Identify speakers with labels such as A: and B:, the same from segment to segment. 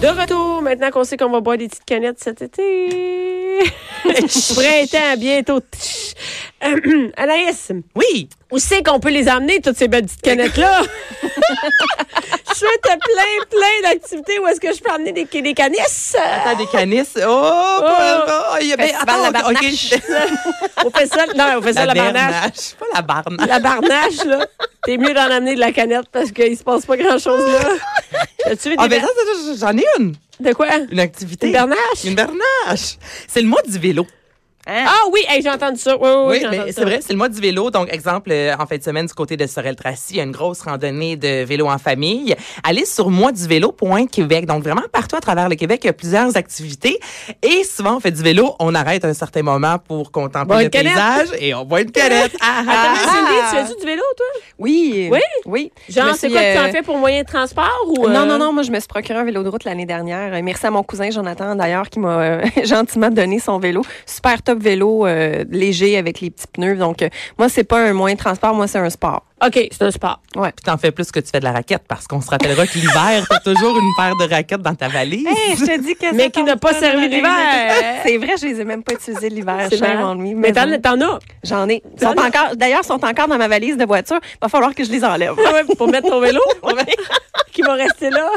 A: De retour, maintenant qu'on sait qu'on va boire des petites canettes cet été. Printemps, bientôt. Euh, Anaïs,
B: Oui!
A: où c'est qu'on peut les emmener, toutes ces belles petites canettes-là? je souhaite plein, plein d'activités où est-ce que je peux emmener des, des canisses. Ben,
B: T'as des canisses. Oh! pas- pas- il y a bien.
C: Festival
B: Attends,
C: La
B: ok,
C: Barnache.
A: On fait ça, non, on fait ça
B: La
A: la barnache.
B: barnache. Pas la barnache.
A: La barnache, là. T'es mieux d'en amener de la canette parce qu'il se passe pas grand-chose, là. As-tu vu des
B: Ah, ben
A: ber-
B: ça, ça, j'en ai une.
A: De quoi?
B: Une activité.
A: Une barnache?
B: Une barnache. C'est le mois du vélo.
C: Hein?
A: Ah oui, hey, j'ai entendu ça. Oui, oui, oui,
B: Oui,
A: j'ai entendu
B: mais
A: ça.
B: c'est vrai, c'est le mois du vélo. Donc, exemple, euh, en fin de semaine, du côté de Sorel-Tracy, il y a une grosse randonnée de vélo en famille. Allez sur moisduvélo.québec. Donc, vraiment, partout à travers le Québec, il y a plusieurs activités. Et souvent, on fait du vélo, on arrête à un certain moment pour contempler
A: Boire
B: le
A: une canette.
B: paysage et on boit une canette. Ah, ah.
A: Attends, Cindy, tu fais-tu du vélo, toi?
C: Oui.
A: Oui?
C: Oui. Je
A: Genre,
C: me
A: c'est
C: suis,
A: quoi que tu
C: euh,
A: en fais pour moyen de transport ou. euh,
C: Non, non, non, moi, je me suis procuré un vélo de route l'année dernière. Euh, Merci à mon cousin Jonathan, d'ailleurs, qui m'a euh, gentiment donné son vélo. Super top vélo, euh, léger avec les petits pneus. Donc, euh, moi, c'est pas un moyen de transport, moi, c'est un sport.
A: OK, c'est un sport.
C: Ouais.
B: Puis t'en fais plus que tu fais de la raquette parce qu'on se rappellera que l'hiver, t'as toujours une paire de raquettes dans ta valise.
C: je te dis que
A: Mais qui n'a pas servi l'hiver.
C: C'est vrai, je les ai même pas utilisés l'hiver.
A: C'est
C: shame
A: marrant.
C: on me,
A: Mais
C: mais
A: t'en
C: bon.
A: t'en as.
C: J'en ai. Ils Sont encore, d'ailleurs, ils sont encore dans ma valise de voiture. Va falloir que je les enlève.
A: Ouais, pour mettre ton vélo qui va rester là.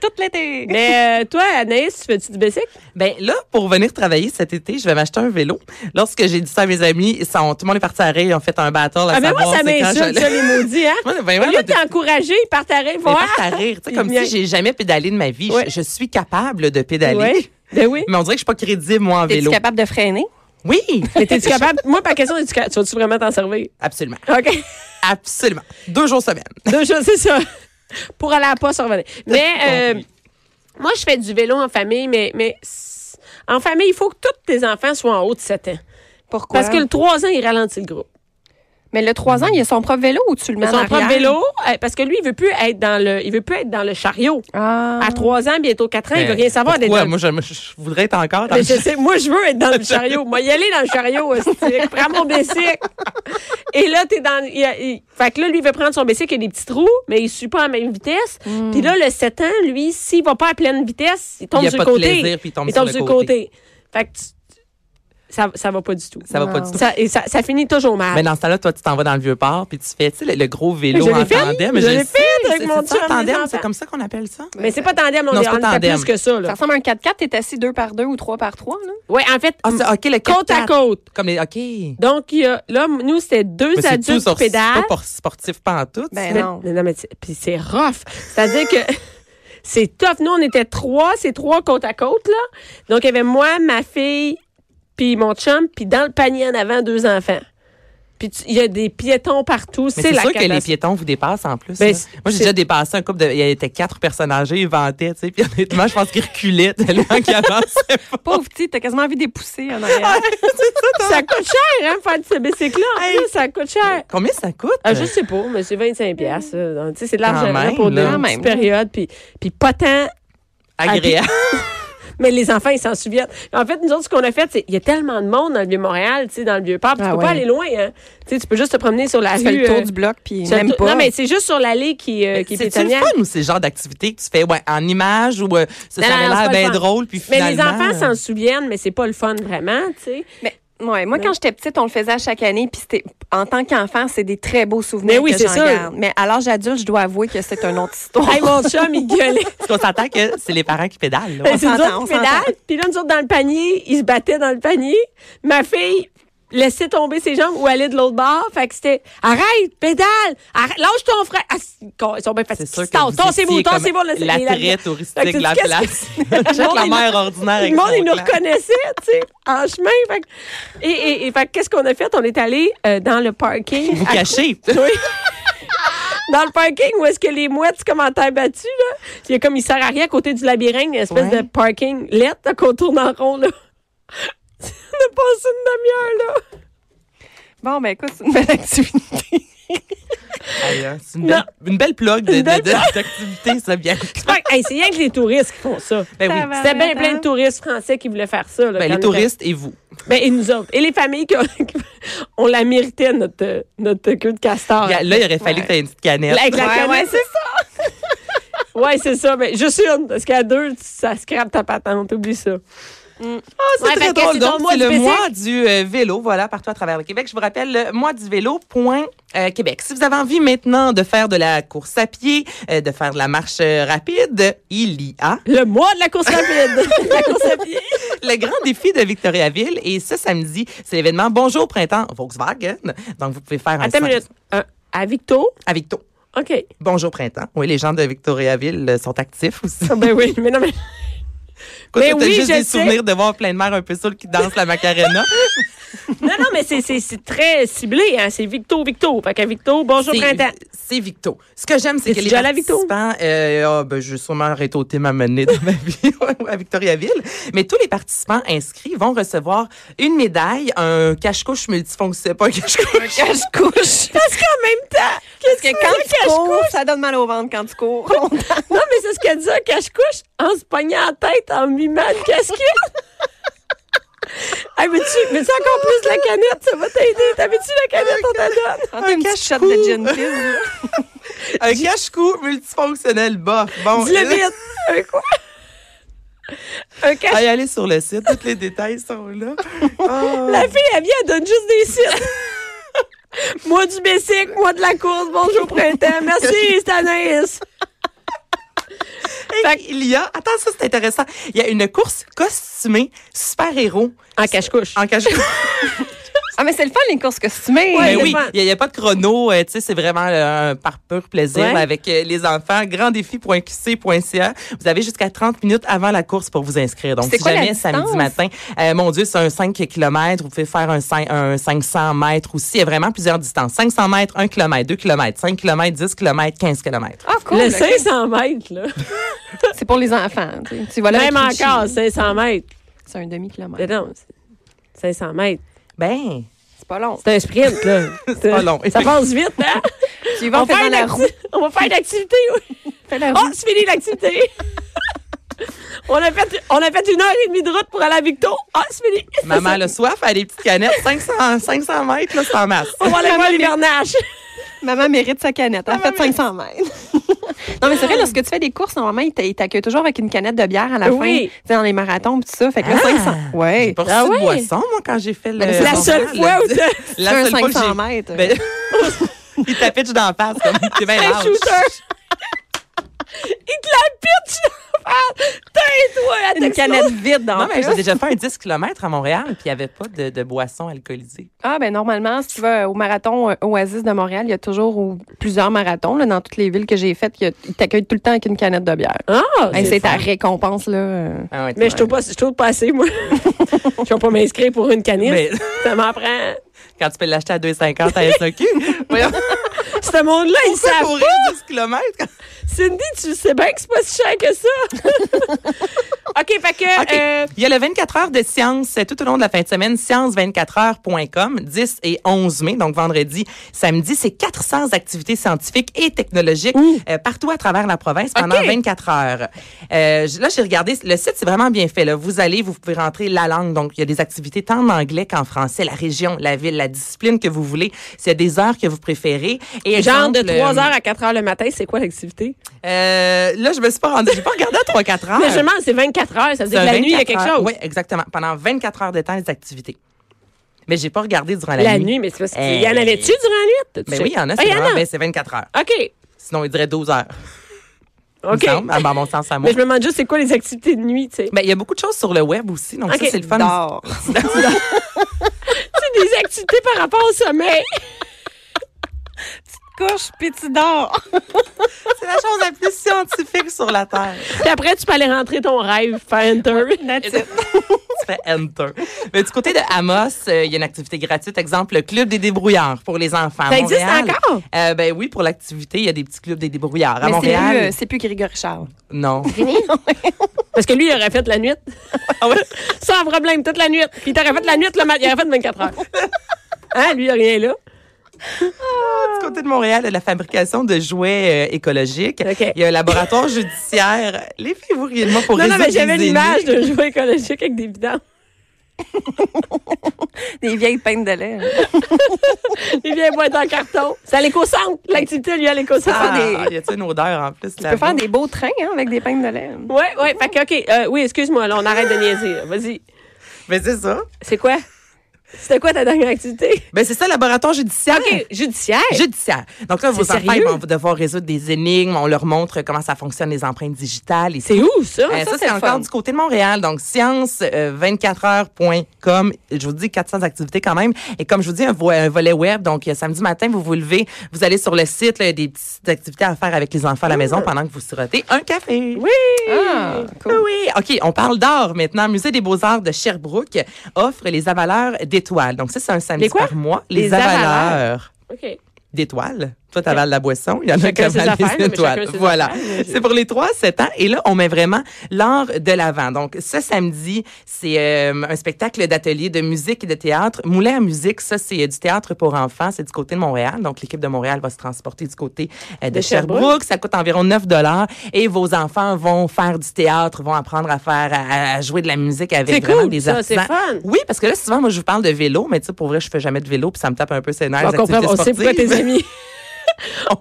C: Tout l'été.
A: Mais euh, toi, Anaïs, tu fais-tu du bicycle?
B: Ben là, pour venir travailler cet été, je vais m'acheter un vélo. Lorsque j'ai dit ça à mes amis, ils sont, tout le monde est parti à rire, ils ont fait un battle à
A: Ah, mais
B: savoir
A: moi, ça
B: c'est quand
A: m'insulte,
B: j'allais-
A: ça, les maudits, hein?
B: Ouais, ben
A: Au
B: ouais,
A: lieu
B: mais
A: de
B: t'es-
A: t'encourager, ils partent à rire.
B: mais
A: Voir.
B: pas à rire, tu sais, comme
A: Ils viennent-
B: si j'ai jamais pédalé de ma vie. Je-
A: Ouais.
B: Je, suis capable de pédaler.
A: Ouais. Ben oui.
B: Mais on dirait que je suis pas crédible, moi, en
C: Es-tu
B: vélo.
C: capable de freiner?
B: Oui,
A: Mais t'es-tu capable? Moi, par question, es-tu ca- tu vas-tu vraiment t'en servir?
B: absolument.
A: OK.
B: Absolument. Deux jours semaine.
A: Deux choses, c'est ça. Pour aller à la poste, on revenait. Mais euh, moi, je fais du vélo en famille, mais, mais s- en famille, il faut que tous tes enfants soient en haut de 7 ans.
C: Pourquoi?
A: Parce que le 3 ans, il ralentit le groupe.
C: Mais le 3 ans, il a son propre vélo ou tu le mets en
A: Son propre
C: arrière?
A: vélo, euh, parce que lui, il veut plus être dans le, il veut plus être dans le chariot.
C: Ah.
A: À 3 ans, bientôt 4 ans, il veut
B: Ben,
A: rien savoir d'être
B: pourquoi?
A: dans-
B: Moi, je, je voudrais être encore dans
A: Mais
B: le-
A: je sais, moi, je veux être dans le chariot. Moi, y aller dans le chariot, hostie. Prends mon bicycle. Et là, t'es dans. il y a- il- fait que là, lui, il veut prendre son bicycle, il y a des petits trous, mais il suit pas à la même vitesse. Puis là, le 7 ans, lui, s'il va pas à pleine vitesse, il tombe
B: Hmm. Il y a
A: sur
B: pas
A: le
B: de
A: côté.
B: plaisir, puis il tombe sur le
A: sur le côté. Fait que tu- ça, ça va pas du tout.
B: Ça va pas
C: Non.
B: du tout.
A: Ça, et ça, ça finit toujours mal.
B: Mais dans ce temps-là, toi, tu t'en vas dans le vieux port, puis tu fais tu sais, le, le gros vélo
A: Ah. Je l'ai
B: en
A: fait.
B: tandem. Mais
A: Je
B: le
A: l'ai
B: sais,
A: fait avec
B: c'est-
A: mon
B: c'est ça,
A: chum,
B: tandem,
A: mes
B: c'est
A: enfants.
B: comme ça qu'on appelle ça.
A: Mais c'est pas tandem, on
B: Non,
A: est
B: c'est pas
A: on était
B: tandem.
A: plus que ça.
C: Ça
A: ben Là.
C: ressemble à un 4x4, t'es assis deux par deux ou trois par trois, là.
A: Ouais, en fait,
B: Ah, c'est OK, le
A: côte à
B: 4x4.
A: côte.
B: Comme les OK. Mais
A: Donc, il y a, là, nous, c'était deux
B: c'est tout
A: adultes
B: sur-
A: qui
B: c'est
A: pédalent.
B: pas pour- sportif pas en tout.
C: Ben
A: Mais-
C: non.
A: mais non, mais c'est- puis c'est rough. C'est-à-dire que c'est tough. Nous, on était trois, c'est trois côte à côte, là. Donc, il y avait moi, ma fille, puis mon chum, puis dans le panier en avant, deux enfants. Puis tu- il y a des piétons partout.
B: Mais
A: C'est la
B: sûr que les
A: catastrophe.
B: piétons vous dépassent en plus.
A: Ben,
B: là.
A: c'est-
B: Moi, j'ai
A: c'est-
B: déjà dépassé un couple de. Il y avait quatre personnes âgées, ils vantaient, tu sais. Puis honnêtement, je pense qu'ils reculaient tellement qu'ils avançaient pas.
C: Pauvre petit, t'as quasiment envie d'épousser en arrière.
A: Ça coûte cher, hein, faire de ce bicycle-là. En plus, ça coûte cher.
B: Combien ça coûte?
A: Ah, je sais pas, mais c'est 25 piastres. là. Donc, tu sais, C'est de l'argent
B: Quand
A: là,
B: même,
A: pour des
B: là.
C: Quand
A: petites
C: même.
A: périodes. Puis, puis pas tant
B: Agréable.
A: Mais les enfants, ils s'en souviennent. En fait, nous autres, ce qu'on a fait, c'est il y a tellement de monde dans le Vieux-Montréal, tu sais, dans le Vieux-Port, puis tu
C: Ah
A: peux
C: ouais.
A: pas aller loin. Hein. Tu sais, tu peux juste te promener sur la
C: Tu
A: rue.
C: fais le
A: euh,
C: tour du bloc, puis
A: sur le
C: même
A: tour-
C: pas.
A: Non, mais c'est juste sur l'allée qui, euh, qui est
B: C'est-tu le
A: pétanière.
B: fun ou c'est le genre d'activité que tu fais ouais, en image ou euh, ça,
A: Ben Non,
B: ça
A: non, non, c'est
B: a l'air
A: pas le
B: bien
A: fun.
B: drôle? Puis
A: Mais les
B: finalement,
A: enfants s'en
B: euh,
A: souviennent, mais c'est pas le fun vraiment, tu sais.
C: Mais, ouais, moi, quand j'étais petite, on le faisait à chaque année. Puis c'était- en tant qu'enfant, c'est des très beaux souvenirs
A: Mais oui,
C: que
A: c'est
C: j'en
A: sûr.
C: garde. Mais à l'âge adulte, je dois avouer que c'est une autre histoire.
A: Hey, mon chum, il gueulait.
B: Parce qu'on s'entend que c'est les parents qui pédalent. là.
A: Ben, c'est nous
C: s'entend,
A: autres
C: on
A: qui pédalent. Puis là, nous autres, dans le panier, ils se battaient dans le panier. Ma fille laissait tomber ses jambes ou allait de l'autre bord. Fait que c'était arrête, pédale, arrête, lâche ton frère. Ah, c'est- ils sont bien
B: C'est
A: fatigués.
B: sûr que
A: Tassez-vous,
B: vous étiez
A: tassez-vous,
B: comme
A: tassez-vous. là, c'est-
B: la
A: et là-
B: traite
A: Fait
B: touristique
A: que
B: de la
A: qu'est-ce que-
B: place.
A: Le
B: Jacques
A: monde,
B: la
A: il-
B: mère ordinaire
A: Tout
B: avec
A: le monde,
B: son
A: il nous
B: clan.
A: reconnaissait, tu sais, en chemin. Fait que- et, et, et fait que qu'est-ce qu'on a fait? On est allé euh, dans le parking.
B: Vous
A: à-
B: cachez.
A: Oui. dans le parking où est-ce que les mouettes, c'est comme en terre battue, là. Il y a comme, il sert à rien à côté du labyrinthe, une espèce
B: Ouais.
A: de parking lettre là, qu'on tourne en rond, là. On a passé une demi-heure, là.
C: Bon, ben écoute, c'est une belle activité.
B: Aïe, hein, C'est une,
A: Non.
B: belle- une belle plug de- de-
A: Une belle
B: de- d'activité, ça, bien.
A: Fait que, hey, c'est rien que les touristes qui font ça.
B: Ben oui.
C: Tabarnak.
A: C'était bien plein de touristes français qui voulaient faire ça. là,
B: Ben,
A: quand
B: les
A: on
B: touristes et vous.
A: était- Ben, et nous autres. Et les familles qui ont, on la méritait, notre, notre queue de castor.
B: Il y a- Là, il aurait fallu
C: Ouais.
B: que tu aies une petite canette.
A: Avec la
C: Ouais,
A: canette.
C: ouais, c'est
A: ouais, c'est ça. Mais juste une. Parce qu'à deux, tu- ça scrape ta patente. Oublie ça.
B: Ah, c'est
A: Ouais,
B: très
A: fait que
B: drôle.
A: c'est ton
B: Donc,
A: mois
B: c'est
A: du
B: le
A: Québec.
B: mois du euh, vélo, voilà, partout à travers le Québec. Je vous rappelle le mois du vélo. Point, euh, Québec. Si vous avez envie maintenant de faire de la course à pied, euh, de faire de la marche euh, rapide, il y a
A: Le mois de la course rapide. la course à pied.
B: le grand défi de Victoriaville. Et ce samedi, c'est l'événement Bonjour Printemps Volkswagen. Donc, vous pouvez faire un
A: Attends une
B: cinq-
A: minute. Un- à Victo.
B: à Victo.
A: OK.
B: Bonjour Printemps. Oui, les gens de Victoriaville euh, sont actifs aussi.
A: Ah, ben oui. Mais non, mais.
B: Écoute,
A: Mais
B: t'as
A: Ben oui,
B: juste
A: je
B: des
A: sais.
B: souvenirs de voir plein de mères un peu saoules qui dansent la Macarena.
A: Non, non, mais c'est- c'est c'est très ciblé. Hein. C'est Victo, Victo. Fait qu'à Victo, bonjour
B: C'est-
A: printemps.
B: C'est Victo. Ce que j'aime, c'est que
A: T'es-tu
B: les
A: déjà allée à Victo?
B: participants... Euh, ah, ben, je vais sûrement rétauter ma monnaie dans ma vie à Victoriaville. Mais tous les participants inscrits vont recevoir une médaille, un cache-couche multifonctionnel. Pas un cache-couche.
C: Cache-couche.
A: Parce qu'en même temps, qu'est-ce
C: Parce que quand tu cours, ça donne mal au ventre quand tu cours.
A: Non, mais c'est ce qu'elle dit, un cache-couche, en se pognant la tête, en mimant une casquette. hey, mais tu mais tu encore plus la canette, ça va t'aider. T'avais-tu la canette, on t'a donne?
C: Quand t'as une petite shot de gin fizz, là.
B: un cache-cou multifonctionnel. Bof. Bon.
A: Dis-le
B: elle-
A: vite. Un quoi? Un cache
B: Allez, allez sur le site. Tous les détails sont là. Ah.
A: La fille, elle vient, elle donne juste des sites. moi du Bessic, moi de la course, bonjour printemps. Merci, c'est Anaïs. Fait
B: Il y a... Attends, ça, c'est intéressant. Il y a une course costumée super-héros
A: En cache-couche.
B: en cache-couche.
C: Ah, mais c'est le fun, les courses costumées.
A: Ouais,
B: Ben
A: le
B: oui,
A: fun.
B: il n'y a, pas de chrono. euh, tu sais, c'est vraiment euh, un par pur plaisir
A: Ouais.
B: là, avec euh, les enfants. Granddéfi.qc.ca. Vous avez jusqu'à 30 minutes avant la course pour vous inscrire. Donc,
C: C'est
B: si
C: quoi la
B: jamais samedi
C: distance?
B: matin, euh, mon Dieu, c'est un 5 km. Vous pouvez faire un, cin- un 500 mètres aussi. Il y a vraiment plusieurs distances. 500 mètres, 1 km, 2 km, 5 km, 10 km, 15 km.
C: Ah, cool.
A: le
C: ok.
A: 500 mètres, là.
C: C'est pour les enfants. Tu, sais. Tu vois là,
A: Même
C: avec Richie,
A: encore, 500 mètres.
C: C'est un demi-kilomètre.
A: Mais non, c'est 500 mètres.
B: Ben,
C: C'est pas long.
A: C'est un sprint, là. C'est
B: pas long.
A: Ça passe vite, hein?
C: Tu y vas en faisant
A: une
C: la
A: acti-
C: roue.
A: on va faire une activité. oui.
C: Fais la
A: Oh,
C: roue.
A: c'est fini l'activité. on, a fait, on a fait une heure et demie de route pour aller à Victo. Ah, c'est fini.
B: maman a soif, elle a des petites canettes. 500, 500 mètres, là, c'est en masse.
A: On va aller voir l'hivernage.
C: Ah! Maman mérite sa canette. Elle a fait 500 mètres. non, mais c'est vrai, lorsque tu fais des courses, normalement, ils t'a- ils t'accueillent toujours avec une canette de bière à la
A: Oui.
C: fin. Tu sais, dans les marathons pis tout ça. Fait que là, 500.
B: J'ai
C: Ouais.
B: pas reçu
A: Ah
B: de
A: ouais? Ben,
B: boisson, moi, quand j'ai fait le.
C: c'est la
B: Montréal,
A: seule
B: le-
A: fois où t'as-
B: La
C: Tu fais un
B: seule fois que
C: 500
B: j'ai-
C: mètres.
B: Ben, il tapait tout dans la face, comme t'es bien
A: Un
B: large.
A: shooter. Il te la pitch. Tain-toi, la
C: Une canette vide dans
B: Non, mais
C: le
B: j'ai déjà fait un 10 km à Montréal, puis il n'y avait pas de, de boisson alcoolisée.
C: Ah, ben normalement, si tu vas au marathon euh, Oasis de Montréal, il y a toujours ou plusieurs marathons. Là, dans toutes les villes que j'ai faites, il y a- ils t'accueillent tout le temps avec une canette de bière.
A: Ah,
C: Hey,
B: c'est
C: c'est ta
B: fun.
C: récompense, là. euh.
B: Ah ouais, t'es-
A: mais je trouve pas, je trouve pas assez, moi. Je vais pas m'inscrire pour une canette.
B: Mais-
A: Ça m'en prend.
B: Quand tu peux l'acheter à 2,50 à E SAQ. Voyons,
A: Ce monde-là, ils
B: pourquoi
A: savent
B: courir 10 km?
A: Cindy, tu sais bien que c'est pas si cher que ça. OK, fait que. euh,
B: Il y a le 24 heures de science euh, tout au long de la fin de semaine, science24heures.com, 10 et 11 mai, donc vendredi, samedi. C'est 400 activités scientifiques et technologiques euh, partout à travers la province pendant
A: OK.
B: 24 heures. Euh, j- là, j'ai regardé, le site, c'est vraiment bien fait. Là. Vous allez, vous pouvez rentrer la langue. Donc, il y a des activités tant en anglais qu'en français, la région, la ville, la discipline que vous voulez. C'est des heures que vous préférez. Et
A: genre de
B: exemple,
A: 3
B: euh,
A: h à 4 h le matin, c'est quoi l'activité?
B: euh, là, je me suis pas rendue, j'ai pas regardé à 3-4 heures.
A: Mais je demande, c'est 24 heures. Ça veut dire que
B: Ah. C'est
A: la
B: un
A: nuit, il y a
B: 24
A: quelque
B: heures.
A: chose.
B: Oui, exactement. Pendant 24 heures de temps, les activités. Mais j'ai pas regardé durant la,
A: La, nuit, mais c'est parce qu'il y en
B: Hey.
A: avait-tu durant la nuit? T'as-tu
B: Mais
A: checké?
B: oui, il y en a,
A: Ah,
B: c'est
A: en
B: vraiment- ben, c'est 24 heures.
A: OK.
B: Sinon, il dirait 12 heures. il me
A: OK.
B: semble, à mon sens, à moi.
A: Mais je me demande juste, c'est quoi les activités de nuit, tu sais?
B: Ben, il y a beaucoup de choses sur le web aussi, donc
A: Ok.
B: ça, c'est le fun.
C: Dors.
A: C'est des activités par rapport au sommeil.
C: Couche, puis tu dors.
B: C'est la chose la plus scientifique sur la Terre.
A: Puis après, tu peux aller rentrer ton rêve, faire une turn.
C: That's it.
B: Tu fais Enter. Mais du côté de Amos, euh, il y a une activité gratuite, exemple le club des débrouillards pour les enfants. à
A: Ça existe
B: Montréal.
A: encore?
B: Euh, ben oui, pour l'activité, il y a des petits clubs des débrouillards. À
C: Mais c'est
B: Montréal,
C: plus, euh, c'est plus Grégory Charles.
A: euh,
B: non.
A: Parce que lui, il aurait fait la nuit.
B: Ah
A: Sans problème, toute la nuit. Puis il t'aurait fait la nuit le matin. Il aurait fait 24 heures. Hein, lui, il a rien là.
B: du côté de Montréal, il y a la fabrication de jouets euh, écologiques.
A: OK.
B: Il y a un laboratoire judiciaire. Les filles, vous riez de moi pour
A: non, non,
B: résoudre
A: mais j'avais
B: des
A: l'image
B: énigmes.
A: d'un jouet écologique avec des vidanges.
C: Des vieilles peintes de lait.
A: Il vient boire en carton. C'est à l'éco-centre. L'activité, lui, à l'éco-centre.
B: Ah,
C: des-
B: il y a une odeur en plus
C: Tu peux faire des beaux trains hein, avec des peintes de lait.
A: Oui, oui. Fait que, OK. euh, oui, excuse-moi, là, on arrête de niaiser. là. Vas-y.
B: Mais c'est ça.
A: C'est quoi? C'était quoi ta dernière activité?
B: Ben c'est ça, laboratoire judiciaire.
A: OK, judiciaire.
B: Judiciaire. Donc là, vos
A: C'est
B: enfants ils
A: sérieux?
B: vont devoir résoudre des énigmes. On leur montre comment ça fonctionne, les empreintes digitales. Et
A: C'est où, ça?
B: Euh, ça,
C: ça, c'est
B: c'est
C: le
B: encore
C: fun.
B: du côté de Montréal. Donc, euh, science24heures.com. je vous dis 400 activités quand même. Et comme je vous dis, un, vo- un volet web. Donc, euh, samedi matin, vous vous levez, vous allez sur le site, là, il y a des petites activités à faire avec les enfants à
A: Mmh.
B: la maison pendant que vous sirotez un café.
A: Oui!
C: Ah, cool.
B: Oui, OK, on parle d'art maintenant. Musée des Beaux-Arts de Sherbrooke offre les avaleurs d'étoiles. Donc, ça, c'est un samedi
A: Les quoi?
B: par mois. Les,
C: Les
B: avaleurs.
C: avaleurs.
A: OK.
B: d'étoiles. Toi, t'avales la boisson, il y en a qui
A: Chacun ses
B: avalent
A: affaires,
B: les
A: mais chacun
B: étoiles.
A: ses
B: Voilà.
A: affaires, mais j'ai-
B: C'est pour les 3-7 ans. Et là, on met vraiment l'art de l'avant. Donc, ce samedi, c'est euh, un spectacle d'atelier de musique et de théâtre. Moulin à musique, ça, c'est euh, du théâtre pour enfants. C'est du côté de Montréal. Donc, l'équipe de Montréal va se transporter du côté euh, de,
A: De
B: Sherbrooke.
A: Sherbrooke.
B: Ça coûte environ 9 Et vos enfants vont faire du théâtre, vont apprendre à faire, à, à jouer de la musique
A: C'est
B: avec vraiment
A: cool,
B: des
A: ça, c'est
B: artisans.
A: fun.
B: Oui, parce que là, souvent, moi, je vous parle de vélo, mais tu sais, pour vrai, je fais jamais de vélo, puis ça me tape un peu ses nerfs.
A: On
B: les
A: comprend,
B: activités
A: on sait pourquoi
B: sportives.
A: tes amis.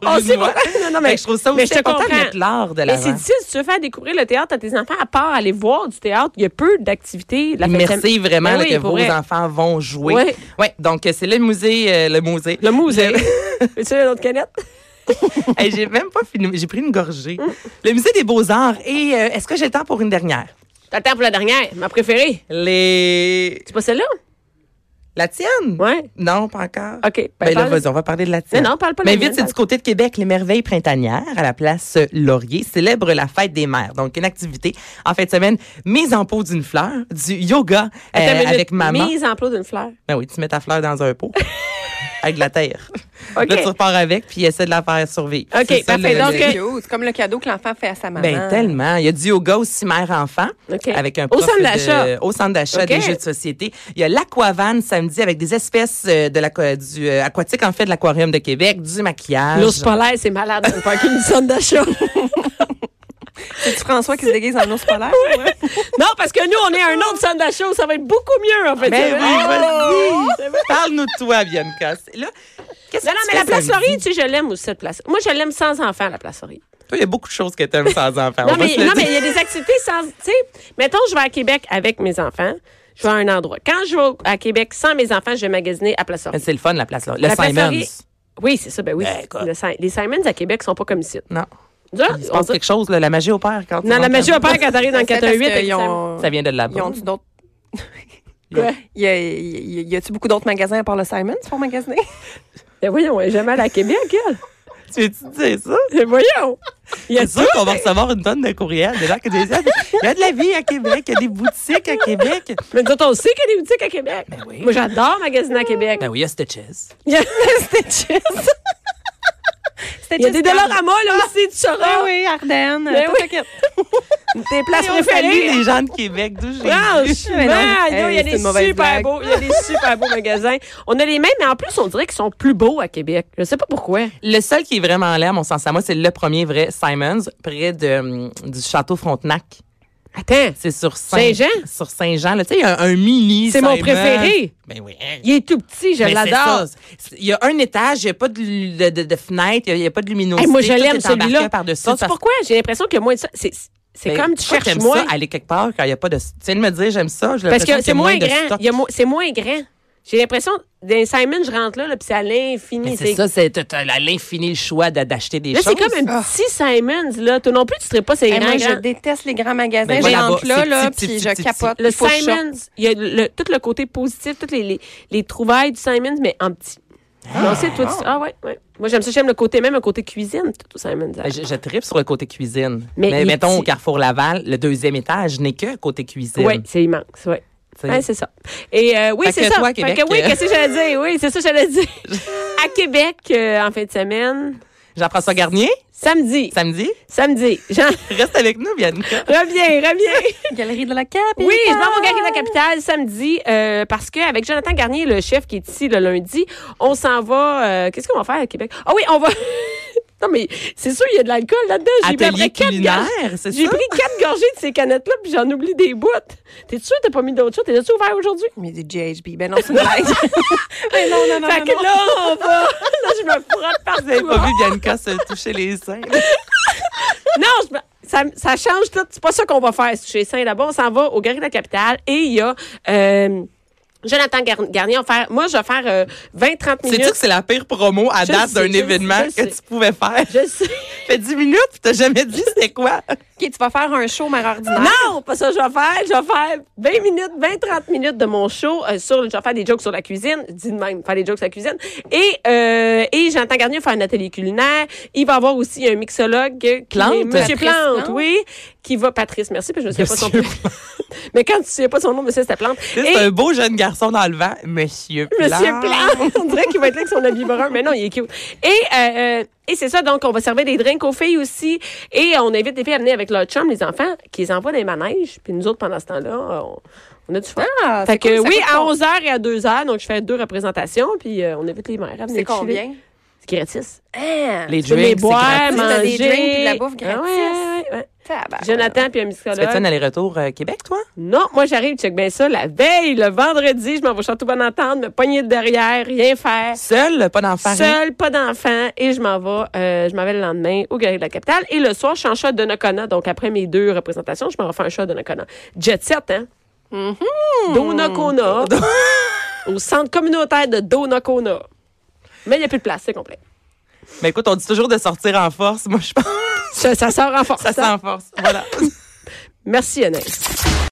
A: On
B: rit de
A: sait
B: moi.
A: pourquoi. Non, non, mais-
B: Fait que je trouve ça
A: mais je
B: aussi
A: te
B: important de
A: comprends.
B: mettre l'art de
A: Mais
B: l'avant.
A: c'est difficile, si tu veux faire découvrir le théâtre à tes enfants, à part aller voir du théâtre, il y a peu d'activités. de La fin de
B: Merci
A: semaine.
B: vraiment
A: Ben
B: là,
A: oui,
B: que
A: pour
B: vos
A: vrai.
B: enfants vont jouer.
A: Ouais.
B: Ouais, donc euh, c'est le musée, euh, le musée.
A: Le musée. Veux-tu une autre canette?
B: Hey, j'ai même pas fini, j'ai pris une gorgée.
A: Mm.
B: le musée des beaux arts. Et euh, est-ce que j'ai le temps pour une dernière
A: T'attends pour la dernière, ma préférée.
B: Les,
A: C'est pas celle-là?
B: la tienne
A: Ouais.
B: Non, pas encore.
A: OK. ben,
B: Ben là,
A: parle-
B: vas-y, on va parler de la tienne.
A: Non, non, parle pas de la
B: Mais vite,
A: mienne,
B: c'est
A: parle.
B: du côté de Québec, les merveilles printanières à la place euh, Laurier célèbre la fête des mères. Donc, une activité en fin de semaine, mise en pot d'une fleur, du yoga euh,
A: Attends une minute.
B: avec maman.
A: Mise en plot d'une fleur.
B: Ben oui, tu mets ta fleur dans un pot avec de la terre.
A: OK.
B: Là, tu repars avec puis essaie de la faire survivre.
A: OK,
B: C'est ça,
A: parfait.
B: le-
A: Donc,
B: le-
A: euh,
C: C'est cute. C'est comme le cadeau que l'enfant fait à sa maman.
B: ben tellement. Il y a du yoga aussi mère-enfant
A: OK.
B: avec un
A: Au
B: prof
A: centre
B: de-
A: d'achat.
B: au centre d'achat
A: OK.
B: des jeux de société. Il y a l'aquavan samedi avec des espèces euh, de l'aqua- du euh, aquatique en fait de l'aquarium de Québec, du maquillage.
A: L'ours polaire, c'est malade dans le parking du centre d'achat.
C: C'est François qui se déguise en ours polaire. ouais?
A: non, parce que nous, on est à un autre centre d'achat où ça va être beaucoup mieux, en fait. Ah!
B: Ben
A: C'est vrai.
B: oui, vas-y. Parle-nous de toi, Bianca. Là, qu'est-ce
A: Non,
B: que
A: non,
B: tu
A: mais la
B: fais
A: place
B: samedi?
A: Fleury, tu sais, je l'aime aussi, cette place. Moi, je l'aime sans enfant, la place Fleury.
B: Toi, il y a beaucoup de choses que t'aimes sans enfant.
A: Non,
B: On va
A: mais
B: se le
A: non, mais
B: dire.
A: il y a des activités sans. Tu sais, mettons, je vais à Québec avec mes enfants, je vais à un endroit. Quand je vais à Québec sans mes enfants, je vais magasiner à Place
B: Mais
A: Fleury.
B: c'est le fun, la place Laurier. Le
A: La place
B: Simons.
A: Laurier. Oui, c'est ça, ben oui.
B: Ben, écoute.
A: Le Si- les Simons à Québec sont pas comme ici.
B: Non.
A: Là,
B: Il se
A: on
B: passe
A: dirait-
B: quelque chose, là, la magie opère quand tu
A: Non, la
B: rentres
A: magie
B: en-
A: va pas quand t'arrives dans le
C: C'est parce
A: 418
C: qu'ils
A: avec les Simons.
C: ont-
B: Ça vient de là-bas.
C: Ils ont-tu d'autres.
B: Quoi?
C: Y a- y- y a-tu beaucoup d'autres magasins à part le Simons pour magasiner?
A: Ben voyons, elle est jamais allée à Québec, elle.
B: Tu veux-tu dire ça?
A: Ben voyons. Il y a
B: C'est sûr qu'on va recevoir une tonne de courriels de gens qui disent Ah, il y a de la vie à Québec, il y a des boutiques à Québec.
A: Mais nous autres, on sait qu'il y a des boutiques à Québec.
B: Ben oui.
A: Moi, j'adore magasiner à Québec.
B: Ben oui, il y a Stitches.
A: Il y a,
C: Stitches.
A: il y a des dollars à moi, là aussi, tu
C: Ah
A: sauras.
C: oui, Ardennes.
A: Ben
C: tout
A: oui.
C: le kit.
A: Tes places
B: On salue
A: préférées.
B: les gens de Québec, d'où j'ai
A: Franchement,
C: Mais non,
A: non, Ah, il y a
C: hey, c'est
A: des
C: une mauvaise
A: super
C: blague.
A: beaux, il y a des super beaux magasins. On a les mêmes, mais en plus, on dirait qu'ils sont plus beaux à Québec. Je sais pas pourquoi.
B: Le seul qui est vraiment en l'air, mon sens à moi, c'est le premier vrai Simons, près de, hum, du château Frontenac.
A: Attends,
B: C'est sur Saint-
A: Saint-Jean?
B: Sur Saint-Jean. là. Tu sais, il y a un, un mini.
A: c'est mon
B: Simons.
A: préféré.
B: Ben oui.
A: Il est tout petit, je
B: Mais c'est
A: l'adore.
B: ça. C'est- Il y a un étage, il n'y a pas de, lu- de, de- de fenêtre, il n'y a, pas de luminosité.
A: Hey, moi, je
B: Tout
A: l'aime
B: est embarqué
A: celui-là.
B: par-dessus,
A: Sais-tu
B: parce-
A: pourquoi? J'ai l'impression que moi, ça, c'est c'est
B: Ben,
A: comme tu
B: pourquoi
A: cherches
B: t'aimes
A: moins.
B: ça, aller quelque part quand il n'y a pas de. Tu viens de me dire, j'aime ça. j'ai
A: Parce que
B: l'impression qu'il y
A: c'est
B: a
A: moins
B: de
A: grand.
B: stock.
A: Il y a mo- C'est moins grand. J'ai l'impression, d'un Simon, je rentre là, là puis c'est à
B: Mais
A: l'infini.
B: c'est ça, c'est t'as- t'as à l'infini le choix d'a- d'acheter des
A: Là,
B: choses. Ah.
A: c'est comme un petit Simons, là. Toi non plus, tu serais pas ces
C: Hey, Eh, moi,
A: grands,
C: je
A: grands.
C: déteste les grands magasins.
B: Ben,
C: je
B: voilà, bas,
C: rentre là,
B: c'est
C: là,
B: petit,
C: puis
B: petit,
C: je
B: petit,
C: capote.
A: Le
C: Il faut que je sorte.
A: Simons, il y a le- tout le côté positif, toutes les, les, les trouvailles du Simons, mais en petit. Ah, sait, toi, tu- ah ouais, ouais. Moi, j'aime ça. J'aime le côté, même un côté cuisine, tout au Simons. hein.
B: Ben, Je, je tripe sur le côté cuisine. Mais,
A: Mais il est
B: mettons, au
A: petit.
B: Carrefour Laval, le deuxième étage n'est que côté cuisine.
A: Oui, c'est immense, ouais.
B: tu sais.
A: Ouais, c'est ça. Et euh, oui,
B: Fait
A: c'est
B: que
A: ça.
B: toi, à
A: Fait
B: Québec,
A: que oui,
B: euh,
A: qu'est-ce que j'allais dire? Oui, c'est ça que j'allais dire. à Québec, euh, en fin de semaine,
B: Jean-François Garnier,
A: samedi.
B: samedi.
A: Samedi. Jean,
B: Reste avec nous, Bianca.
A: reviens, reviens.
C: Galerie de la Cap.
A: Oui, je m'en vais au Galerie de la Capitale samedi euh, parce qu'avec Jonathan Garnier, le chef qui est ici le lundi, on s'en va. euh, Qu'est-ce qu'on va faire à Québec? Ah oui, on va. non, mais c'est sûr, il y a de l'alcool là-dedans. J'ai pris après
B: Atelier
A: quatre
B: culinaire,
A: gorgées-
B: c'est
A: J'ai
B: ça?
A: pris quatre gorgées de ces canettes-là, puis j'en oublie des bouts. T'es sûr que t'as pas mis d'autres choses? T'es-tu ouvert aujourd'hui?
C: Mais du GHB. Ben non, c'est une blague. Mais Ben non, non, non.
B: Ah,
A: Fait
C: non,
A: que
C: non.
A: là, on va. Là, je me frotte par
B: Vous avez pas vu Bianca se toucher les seins.
A: Non, je me- ça, ça change tout. C'est pas ça qu'on va faire chez Saint là-bas. On s'en va au Gary de la Capitale et il y a. euh, Jonathan Gar- Garnier, on va faire, moi, je vais faire 20-30 minutes.
B: Sais-tu que c'est la pire promo à
A: Je
B: date
A: sais,
B: d'un
A: je
B: événement
A: sais, je
B: que
A: sais.
B: tu pouvais faire?
A: Je sais.
B: fait 10 minutes, puis t'as jamais dit c'était quoi?
C: OK, tu vas faire un show mère ordinaire.
A: Non, pas ça, je vais faire. Je vais faire 20 minutes, 20-30 minutes de mon show euh, sur. Je vais faire des jokes sur la cuisine. Dis de même, faire des jokes sur la cuisine. Et, euh, et j'entends Garnier faire un atelier culinaire. Il va avoir aussi un mixologue. qui-
B: Plante.
A: Monsieur
C: Patrice
A: Plante,
C: Plante.
A: oui. Qui va. Patrice, merci, puis je me souviens pas son
B: Monsieur
A: nom. mais quand tu ne sais pas son nom, monsieur, c'était Plante.
B: C'est un beau jeune garçon dans le vent, Monsieur Plan.
A: Monsieur Plante. On dirait qu'il va être là avec son habit brun, mais non, il est cute. Et, euh, euh, et c'est ça, donc on va servir des drinks aux filles aussi. Et on invite les filles à venir avec leur chum, les enfants, qui les envoient dans les manèges. Puis nous autres, pendant ce temps-là, on, on a du fun.
C: Ah,
A: fait
C: c'est
A: que
C: cool,
A: oui,
C: ça coûte
A: à
C: quoi?
A: 11h et à 2h, donc je fais deux représentations, puis euh, on invite les mères à venir
C: C'est
A: chiller.
C: combien?
A: C'est gratis.
C: Ah,
B: Les
A: Tu peux les
B: drinks,
A: boire,
B: c'est
C: gratis. T'as
A: manger.
C: des drinks puis de la bouffe
A: Ah ouais,
C: gratis. Bah,
A: ouais, ouais.
C: tabarnak.
A: Jonathan puis un
B: Tu fais-tu un
A: musicologue.
B: aller-retour euh, Québec, toi?
A: Non, moi j'arrive, check bien ça, la veille, le vendredi, je m'en vais au tout bon entendre, me pogner de derrière, rien faire.
B: Seul, pas d'enfant. rien?
A: Seul, pas d'enfant, et je m'en vais, euh, je m'en vais le lendemain au Galerie de la Capitale. Et le soir, je suis en shot de Nakona. Donc, après mes deux représentations, je m'en vais faire un shot de Nakona. Jet set, hein? Mm-hmm. Donacona. au centre communautaire de Donacona. Mais il n'y a plus de place, c'est complet.
B: Mais Ben, écoute, on dit toujours de sortir en force. Moi, je pense
A: Ça, ça sort en force.
B: que ça
A: hein?
B: sort en force. Voilà.
A: Merci, Anaïs.